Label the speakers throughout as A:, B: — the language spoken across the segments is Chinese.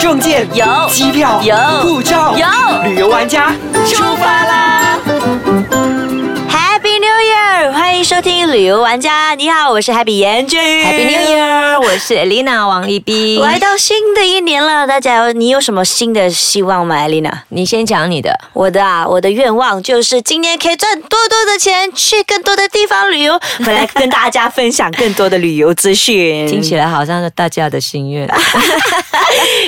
A: 证件
B: 有
A: 机票
B: 有
A: 护照
B: 有
A: 旅游玩家
B: 出发啦！Happy New Year！欢迎收听旅游玩家。你好，我是 Happy 严俊。
C: Happy New Year！我 是 Elena 王立斌。
B: 来到新的一年了，大家有你有什么新的希望吗，Elena？
C: 你先讲你的。
B: 我的啊，我的愿望就是今年可以赚多多的钱，去更多的地方旅游，回来跟大家分享更多的旅游资 讯。
C: 听起来好像是大家的心愿。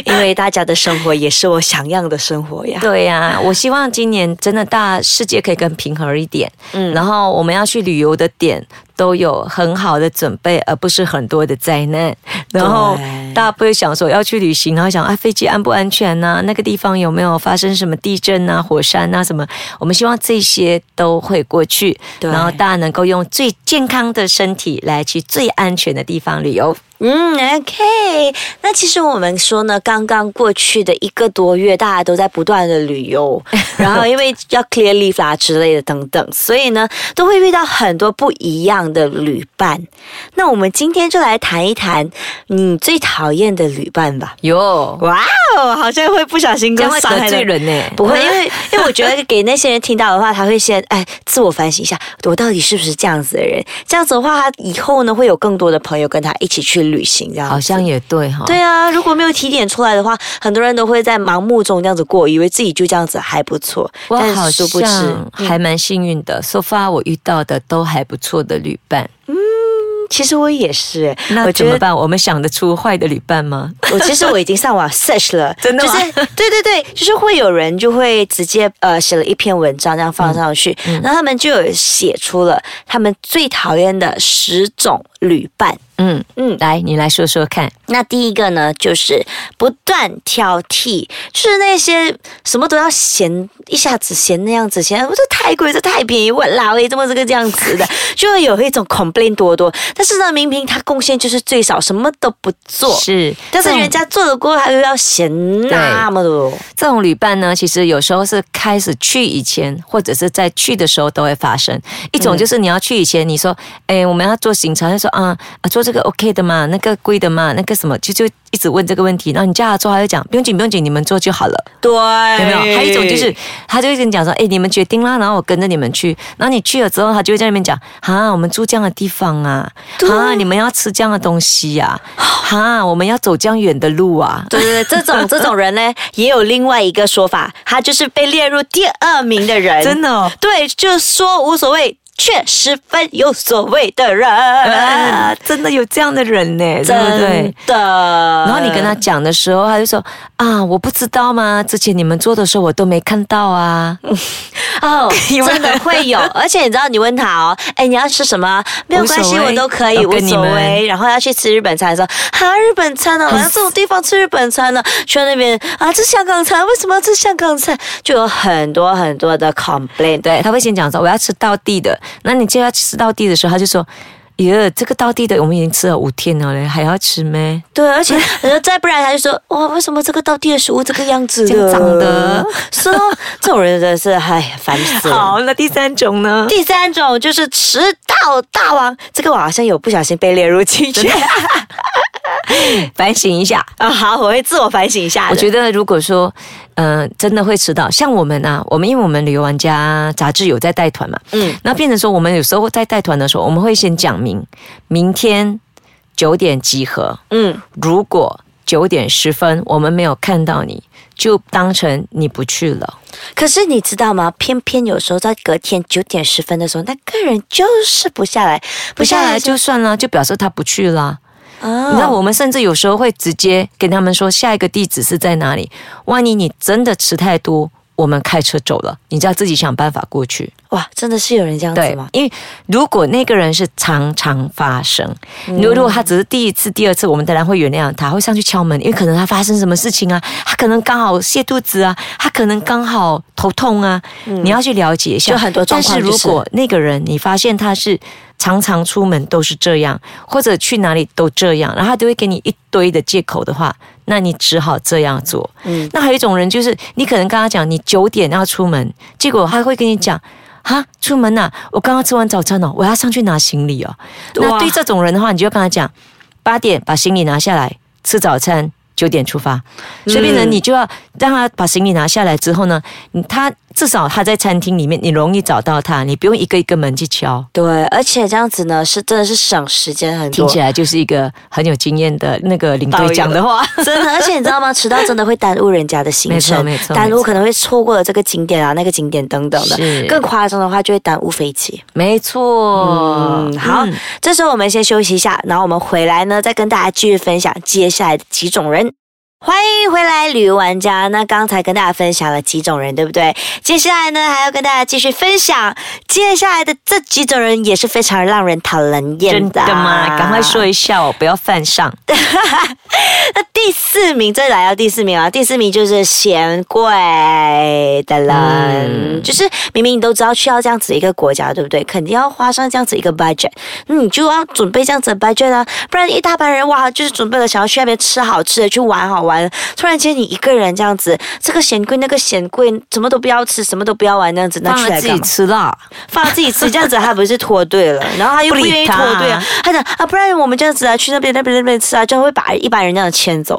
B: 因为大家的生活也是我想要的生活 呀。
C: 对呀、我希望今年真的大世界可以更平和一点，
B: 嗯
C: 嗯，然后我们要去旅游的点都有很好的准备，而不是很多的灾难。然后
B: 对
C: 大家不会想说要去旅行，然后想啊飞机安不安全呐、那个地方有没有发生什么地震啊、火山啊什么？我们希望这些都会过去，
B: 对
C: 然后大家能够用最健康的身体来去最安全的地方旅游。
B: 嗯，OK。那其实我们说呢，刚刚过去的一个多月，大家都在不断的旅 游，然后因为要 clear leave 啦之类的等等，所以呢，都会遇到很多不一样的旅伴。那我们今天就来谈一谈你最讨厌的旅伴吧。
C: 哟，
B: 哇哦，好像会不小心
C: 这
B: 跟
C: 样会
B: 伤害
C: 得罪
B: 人。
C: 人呢、
B: 不会，因为因为我觉得给那些人听到的话，他会先哎自我反省一下，我到底是不是这样子的人？这样子的话，他以后呢会有更多的朋友跟他一起去旅行，这样子
C: 好像。也对哈、
B: 对啊，如果没有提点出来的话，很多人都会在盲目中这样子过，以为自己就这样子还不错，
C: 我
B: 但
C: 好
B: 殊不知
C: 像嗯还蛮幸运的，so far 我遇到的都还不错的旅伴。
B: 嗯其实我也是，
C: 那
B: 我
C: 怎
B: 觉
C: 么
B: 得
C: 办？我们想得出坏的旅伴吗？
B: 我其实我已经上网 search 了，
C: 真的
B: 就
C: 吗
B: 是对对对，就是会有人就会直接呃写了一篇文章这样
C: 嗯
B: 放上去，然后他们就有写出了他们最讨厌的十种旅伴。
C: 嗯
B: 嗯
C: 嗯，来，你来说说看。
B: 那第一个呢，就是不断挑剔，就是那些什么都要嫌，一下子嫌那样子嫌，我这太贵，这太便宜，我老诶，怎么这个这样子的，就会有一种 complain 多多。但是呢，明明他贡献就是最少，什么都不做，
C: 是，
B: 但是
C: 这种
B: 人家做了过后，他又要嫌那么多。
C: 这种旅伴呢，其实有时候是开始去以前，或者是在去的时候都会发生。一种就是你要去以前，你说，哎、我们要做行程，他说啊啊，做这个 OK 的嘛，那个贵的嘛，那个什么，就就一直问这个问题，然后你叫他做，他就讲不用紧不用紧，你们做就好了。
B: 对，
C: 有
B: 有
C: 没有？还有一种就是，他就会跟你讲说，哎、你们决定啦，然后我跟着你们去，然后你去了之后，他就会在那边讲，哈，我们住这样的地方啊，哈，你们要吃这样的东西呀、哈，我们要走这样远的路啊，
B: 对对对，这种这种人呢，也有另外一个说法，他就是被列入第二名的人。
C: 真的哦
B: 对，就是说无所谓，却十分有所谓的人，
C: 啊，真的有这样的人呢、对不
B: 哎真
C: 对？
B: 的。然
C: 然后你跟他讲的时候，他就说啊，我不知道嘛，之前你们做的时候我都没看到啊。
B: 哦，真的会有，而且你知道，你问他哦，哎，你要吃什么？没有关
C: 无
B: 系，
C: 所谓
B: 我都可以，
C: 都
B: 无
C: 跟你
B: 所
C: 们
B: 谓。然后要去吃日本餐的时候，啊，日本餐呢、哦？我要这种地方吃日本餐呢、去到那边啊，吃香港餐，为什么要吃香港菜？就有很多很多的 complain。
C: 对，他会先讲说我要吃到地的，那你就要吃到地的时候，他就说。耶，这个到地的我们已经吃了五天了嘞，还要吃咩？
B: 对，而且然后再不然他就说哇，为什么这个到地的食物这个样子
C: 这
B: 的？
C: 样长的，
B: 是哦，这种人真的是唉，烦死了。，
C: 那第三种呢？
B: 第三种就是迟到大王，这个我好像有不小心被列入进去
C: 反省一下。
B: 啊。好，我会自我反省一下的。
C: 我觉得如果说，嗯、真的会迟到，像我们啊，我们因为我们旅游玩家杂志有在带团嘛，
B: 嗯
C: 嗯，那变成说我们有时候在带团的时候，我们会先讲明，明天九点集合，
B: 嗯，
C: 如果九点十分我们没有看到你，就当成你不去了。
B: 可是你知道吗？偏偏有时候在隔天九点十分的时候，那个人就是不下来，
C: 不下来
B: 是
C: 就算了，就表示他不去了。
B: 啊
C: 你知道，我们甚至有时候会直接跟他们说下一个地址是在哪里。万一你真的吃太多，我们开车走了，你就要自己想办法过去。
B: 哇，真的哦是有人这样子
C: 对
B: 吗？，
C: 因为如果那个人是常常发生，
B: 嗯
C: 如、如果他只是第一次、第二次，我们当然会原谅他，会上去敲门，因为可能他发生什么事情啊，他可能刚好泻肚子啊，他可能刚好头痛啊，
B: 嗯
C: 你要去了解一下。
B: 就很多状况
C: 但是
B: 就
C: 如
B: 是
C: 果那个人你发现他是常常出门都是这样，或者去哪里都这样，然后他都会给你一堆的借口的话，那你只好这样做。
B: 嗯
C: 那还有一种人就是，你可能跟他讲你九点要出门，结果他会跟你讲。啊，出门呐、我刚刚吃完早餐哦，我要上去拿行李哦。
B: 哇
C: 那对这种人的话，你就跟他讲，八点把行李拿下来，吃早餐，九点出发，所以变成你就要让他把行李拿下来之后呢，你他至少他在餐厅里面，你容易找到他，你不用一个一个门去敲。
B: 对，而且这样子呢，是真的是省时间很
C: 听
B: 多。
C: 起来就是一个很有经验的那个领
B: 导
C: 队
B: 游
C: 讲的话。
B: 真的，而且你知道吗？迟到真的会耽误人家的行程，
C: 没错没错
B: 耽
C: 没
B: 误
C: 错
B: 可能会错过了这个景点啊、那个景点等 等的
C: 是。
B: 更夸张的话，就会耽误飞机。
C: 没错，
B: 嗯，好，这时候我们先休息一下，然后我们回来呢，再跟大家继续分享接下来的几种人。欢迎回来，旅游玩家。那刚才跟大家分享了几种人，对不对？接下来呢，还要跟大家继续分享接下来的这几种人，也是非常让人讨人厌
C: 真
B: 的
C: 的
B: 啊。
C: 吗？赶快说一下哦，不要犯上。
B: 那第四名，再来到第四名啊！第四名就是嫌贵的人，
C: 嗯
B: 就是明明你都知道去到这样子一个国家，对不对？肯定要花上这样子一个 budget，那你就要准备这样子的 budget 啊，不然一大班人哇，就是准备了想要去那边吃好吃的，去玩好玩的，突然间你一个人这样子，这个嫌贵那个嫌贵，什么都不要吃，什么都不要玩，那样子，那
C: 放
B: 去
C: 了
B: 来
C: 自
B: 干
C: 己
B: 嘛？
C: 吃辣，
B: 放自己吃，这样子他不是脱队了，然后他又不
C: 不理
B: 愿意脱
C: 他
B: 队啊，他讲啊，不然我们这样子啊，去那边那边那边吃啊，就会把一般人那样牵走。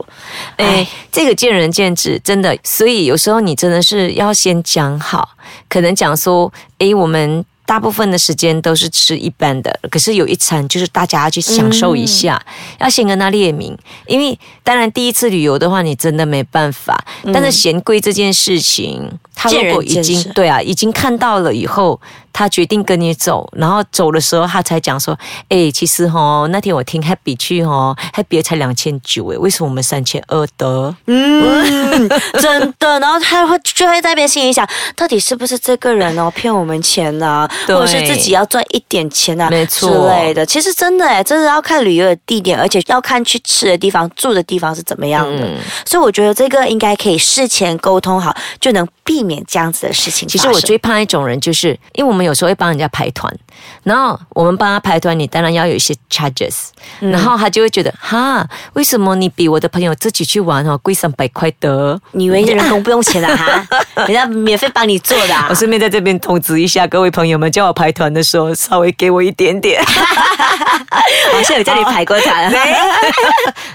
C: 哎，这个见仁见智，真的。所以有时候你真的是要先讲好，可能讲说，哎，我们。大部分的时间都是吃一般的，可是有一餐就是大家要去享受一下，要先跟他列明，因为当然第一次旅游的话，你真的没办法。但是嫌贵这件事情，他
B: 见
C: 如
B: 仁
C: 果已
B: 见
C: 经
B: 智
C: 对啊，已经看到了以后，他决定跟你走，然后走的时候他才讲说，哎、其实哦，那天我听 Happy 去哦，Happy 才两千九哎，为什么我们三千二的？
B: 嗯，真的。然后他会就会在那边心里想，到底是不是这个人哦骗我们钱呐、
C: 对
B: 或者是自己要赚一点钱呐、
C: 没错
B: 之类的。其实真的哎，真的要看旅游的地点，而且要看去吃的地方、住的地方是怎么样
C: 嗯
B: 的。所以我觉得这个应该可以事前沟通好，就能避免这样子的事情
C: 其
B: 发
C: 实
B: 生。
C: 我最怕一种人，就是因为我们有时候会帮人家排团，然后我们帮他排团，你当然要有一些 charges，、然
B: 嗯
C: 后他就会觉得哈，为什么你比我的朋友自己去玩哦贵三百块的？
B: 你以为人工不用钱啊？ 哈，人家免费帮你做的、啊
C: 我。顺便在这边通知一下各位朋友们，叫我排团的时候稍微给我一点 点，
B: 好像有叫你排过
C: 哦
B: 团。 啊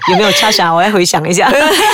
C: 有没有恰巧？我要回想一 下。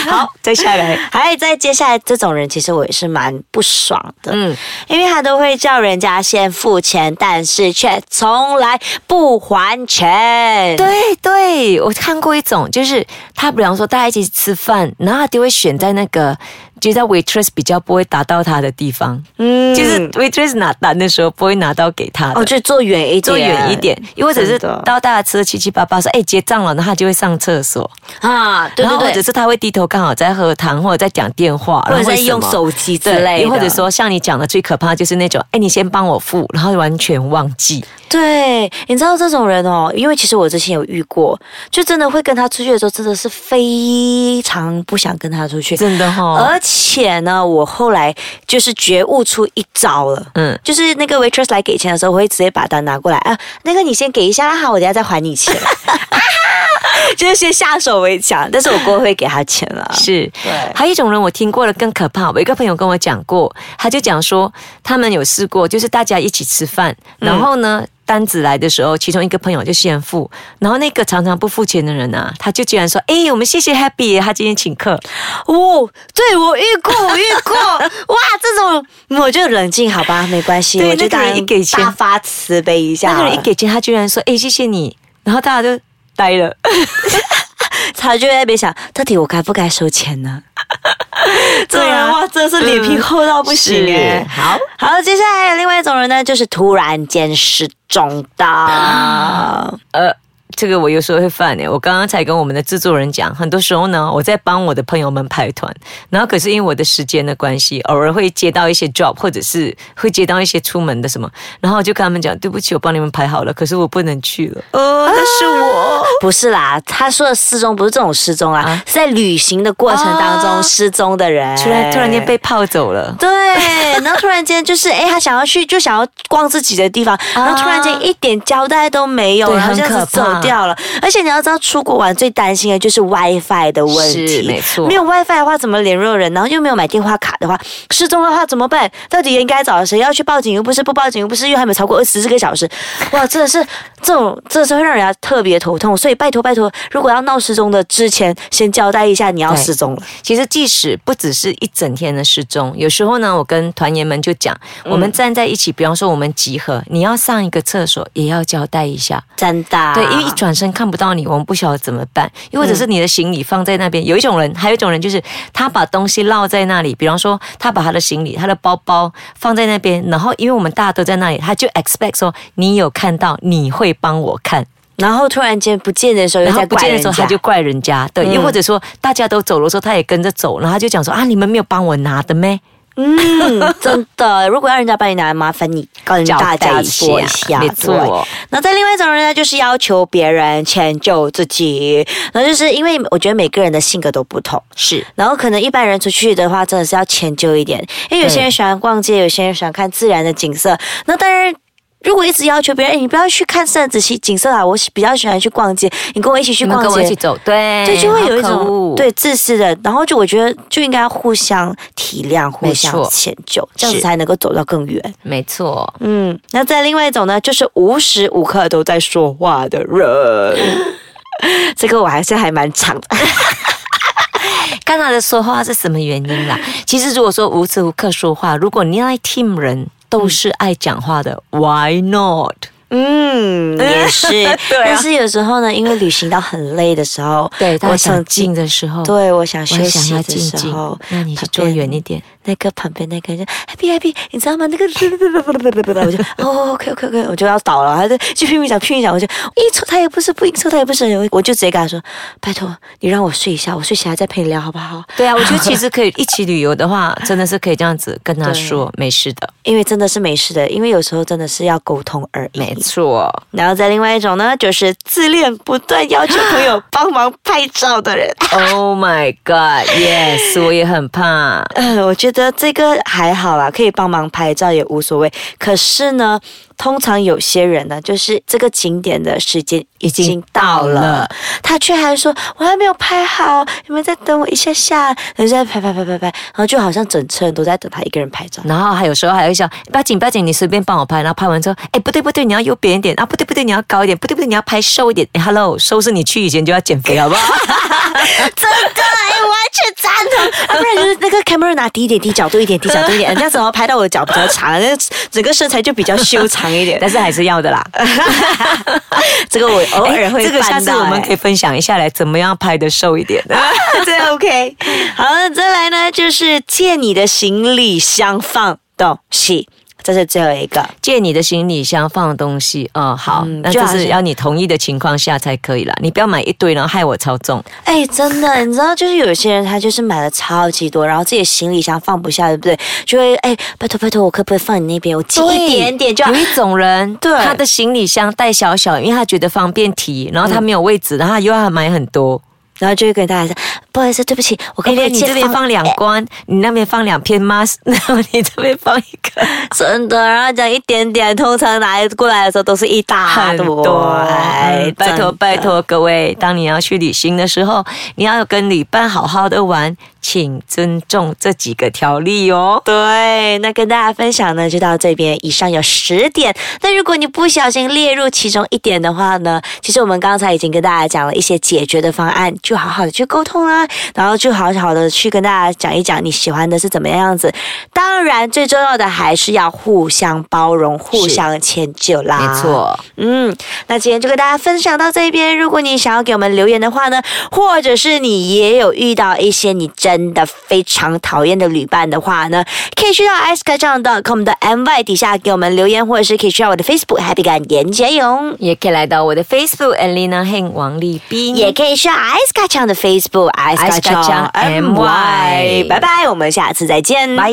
C: 好，再下来。
B: 还有在接下来这种人，其实我也是蛮不爽的，嗯
C: 嗯，
B: 因为他都会叫人家先付钱，但是却从来不还钱。
C: 对对，我看过一种，就是他比方说大家一起吃饭，然后他就会选在那个就在 waitress 比较不会打到他的地方，
B: 嗯
C: 就是 waitress 拿单的时候不会拿到给他的。
B: 哦，就坐远一点，
C: 坐远一点，又或者是
B: 真的
C: 到大家吃的七七八八，说哎结账了，然后他就会上厕所，
B: 啊，对
C: 然后或
B: 对
C: 者
B: 对，
C: 是他会低头刚好在喝汤或者在讲电话，
B: 或者
C: 然后
B: 在
C: 为什
B: 用
C: 么
B: 手机之
C: 对
B: 类的，
C: 又或者说像你讲的最可怕就是那种哎你先帮我付，然后完全忘记，
B: 对，你知道这种人哦，因为其实我之前有遇过，就真的会跟他出去的时候，真的是非常不想跟他出去，
C: 真的哈、
B: 而且呢，我后来就是觉悟出一招了，嗯
C: 嗯，
B: 就是那个 waitress 来给钱的时候，我会直接把单拿过来啊，那个你先给一下啦，好，我等一下再还你钱。 就是先下手为强，但是我过后会给他钱了。
C: 是
B: 对，
C: 还有一种人我听过了更可怕，我一个朋友跟我讲过，他就讲说他们有试过，就是大家一起吃饭，
B: 嗯
C: 然后呢。单子来的时候，其中一个朋友就先付，然后那个常常不付钱的人啊，他就居然说：“哎、我们谢谢 Happy，耶他今天请客。
B: 哦，对我遇过，我遇过，哇，这种我就冷静好吧，没关系，
C: 对
B: 我就
C: 那个人
B: 当
C: 一给钱
B: 大发慈悲一”下
C: 那
B: 了。
C: 个人一给钱，他居然说：“哎、谢谢你。”然后大家就呆了。
B: 他就在那边想，到底我该不该收钱 呢？这
C: 对
B: 种人
C: 啊
B: 哇，真的是脸皮厚到不行哎耶
C: 是！好，
B: 好，接下来还有另外一种人呢，就是突然间失踪的。
C: 呃，这个我有时候会犯欸诶、我刚刚才跟我们的制作人讲，很多时候呢，我在帮我的朋友们排团，然后可是因为我的时间的关系，偶尔会接到一些 job，或者是会接到一些出门的什么，然后我就跟他们讲，对不起，我帮你们排好了，可是我不能去了。 哦，那是我。
B: 啊不是啦，他说的失踪不是这种失踪啊，
C: 啊
B: 是在旅行的过程当中
C: 啊
B: 失踪的人，
C: 突然突然间被泡走了。
B: 对，然后突然间就是，哎，他想要去，就想要逛自己的地方，然后突然间一点交代都没有，
C: 啊对
B: 然后这样
C: 很
B: 子
C: 可
B: 走
C: 怕
B: 掉了。而且你要知道，出国玩最担心的就是 WiFi 的问题，
C: 是没错
B: 没有 WiFi 的话怎么联络人？然后又没有买电话卡的话，失踪的话怎么办？到底应该找谁？要去报警又不是，不报警又不是，又还没有超过二十四个小 时。哇，真的是这种，真的是会让人家特别头痛。所以拜托拜托，如果要闹失踪的之前，先交代一下你要
C: 对
B: 失踪了。
C: 其实即使不只是一整天的失踪，有时候呢，我跟团员们就讲，我们站在一起，比方说我们集合，你要上一个厕所，也要交代一下。
B: 真的啊，
C: 对，因为一转身看不到你，我们不晓得怎么办。又或者是你的行李放在那边，有一种人，还有一种人就是他把东西落在那里，比方说他把他的行李、他的包包放在那边，然后因为我们大家都在那里，他就 expect 说你有看到，你会帮我看。
B: 然后突然间不见的时候，又
C: 然后
B: 在
C: 不
B: 怪
C: 见的
B: 人
C: 时
B: 家
C: 候，他就怪人家，对，又
B: 嗯
C: 或者说大家都走的时候，他也跟着走，然后他就讲说啊，你们没有帮我拿的咩？
B: 嗯，真的，如果要人家帮你拿，麻烦你跟嗯大家说一 下，
C: 没错
B: 对。那在另外一种人呢，就是要求别人迁就自己，那就是因为我觉得每个人的性格都不同。
C: 是
B: 然后可能一般人出去的话，真的是要迁就一点，因为有些人喜欢逛街，有些人喜欢看自然的景色。那当然，如果一直要求别人，哎，你不要去看自然景景色啊，我喜比较喜欢去逛街，你跟我一起去
C: 你
B: 逛
C: 们
B: 街，
C: 跟我一起走，对，
B: 对，就会有一
C: 哎好可恶
B: 种对自私的，然后就我觉得就应该互相体谅、互
C: 没
B: 相
C: 错
B: 迁就，这样子
C: 是
B: 才能够走到更远。
C: 没错，
B: 嗯，那再另外一种呢，就是无时无刻都在说话的人， 这个我还是还蛮长的。
C: 刚才的说话是什么原因 啦？其实如果说无时无刻说话，如果你那一 team 人都是爱讲话的、w h y not？
B: 嗯， 也是。
C: 对啊
B: 但是有时候呢，因为旅行到很累的时候，
C: 对，他
B: 我
C: 想
B: 曾
C: 静
B: 经。
C: 的时候，
B: 对，我想
C: 我
B: 休
C: 也
B: 息
C: 想要
B: 的
C: 静
B: 时
C: 静
B: 候，，
C: 那你就
B: 旁
C: 坐
B: 边
C: 远一点。
B: 那个旁边那个人就 happy happy，你知道吗？那个我就哦 OK OK OK，我就要倒了，他就就拼命讲拼命讲，我就应酬他也不是，不应酬他也不是，我就直接跟他说，拜托你让我睡一下，我睡起来再陪你聊好不好？
C: 对啊，我觉得其实可以一起旅游的 话，真的是可以这样子跟他说，没事的，
B: 因为真的是没事的，因为有时候真的是要沟通而已。
C: 没错。
B: 然后再另外一种呢，就是自恋不断要求朋友帮忙拍照的人。
C: Oh my God，yes，我也很怕。
B: 嗯，我觉得这个还好啦，可以帮忙拍照也无所谓。可是呢，通常有些人呢，就是这个景点的时间已
C: 经
B: 经到了，
C: 到了
B: 他却还说我还没有拍好，你们再等我一下下，然后就在拍拍拍拍拍，然后就好像整车人都在等他一个人拍照。
C: 然后还有时候还会想，不要紧不要紧，你随便帮我拍。然后拍完之后，哎，不对不对，你要右边一点啊，不对不对，你要高一点，不对不对，你要拍瘦一点。哎 Hello，瘦是你去以前就要减肥，好不 好？
B: 真的，哎我完全赞同。啊、不然就是那个 camera 拿低一点，低角度一点，低角度一点，这样子然后拍到我的脚比较长，那整个身材就比较修长一点。
C: 但是还是要的啦。
B: 这个我 偶尔会
C: 这个下
B: 翻
C: 次
B: 到
C: 我们
B: 哎
C: 可以分享一下来，怎么样拍的瘦一点的。
B: 这 OK。好，那再来呢，就是借你的行李箱放东西，这是最后一个。
C: 借你的行李箱放东西，哦，好，
B: 嗯
C: 那
B: 就
C: 这
B: 好像
C: 是要你同意的情况下才可以啦。你不要买一堆，然后害我超重。
B: 哎，真的，你知道，就是有些人他就是买了超级多，然后自己的行李箱放不下，对不对？就会哎，拜托拜托，我可不可以放你那边？我寄一点点就好
C: 有。一种人，
B: 对
C: 他的行李箱带小小，因为他觉得方便提，然后
B: 嗯
C: 他没有位置，然后他又要买很多。
B: 然后就会跟大家说，不好意思，对不起，我可
C: 哎，
B: 不可以
C: 你这
B: 借
C: 边放两罐，你那边放两片 mask，然 后你这边放一个，
B: 真的，然后讲一点点，通常拿过来的时候都是一大
C: 很
B: 坨，
C: 多。
B: 哎
C: 哎，拜
B: 啊真
C: 托
B: 的
C: 拜托各位，当你要去旅行的时候，你要跟旅伴好好的玩，请尊重这几个条例哦。
B: 对，那跟大家分享呢就到这边，以上有十点。那如果你不小心列入其中一点的话呢，其实我们刚才已经跟大家讲了一些解决的方案，就好好的去沟通啦，然后就好好的去跟大家讲一讲你喜欢的是怎么样子。当然，最重要的还是要互相包容、互
C: 是
B: 相迁就啦。
C: 没错，
B: 嗯，那今天就跟大家分享到这边。如果你想要给我们留言的话呢，或者是你也有遇到一些你真的非常讨厌的旅伴的话呢，可以去到 i c e k a j a n g c o m 的 my 底下给我们留言，或者是可以去到我的 Facebook Happy 感严杰勇。
C: 也可以来到我的 Facebook Elena Heng 王丽斌，
B: 也可以去到 Ice k a c a n g 的 Facebook Ice k a c a
C: Ice
B: n g
C: Kacang
B: My，
C: MY
B: 拜拜，我们下次再见，
C: 拜。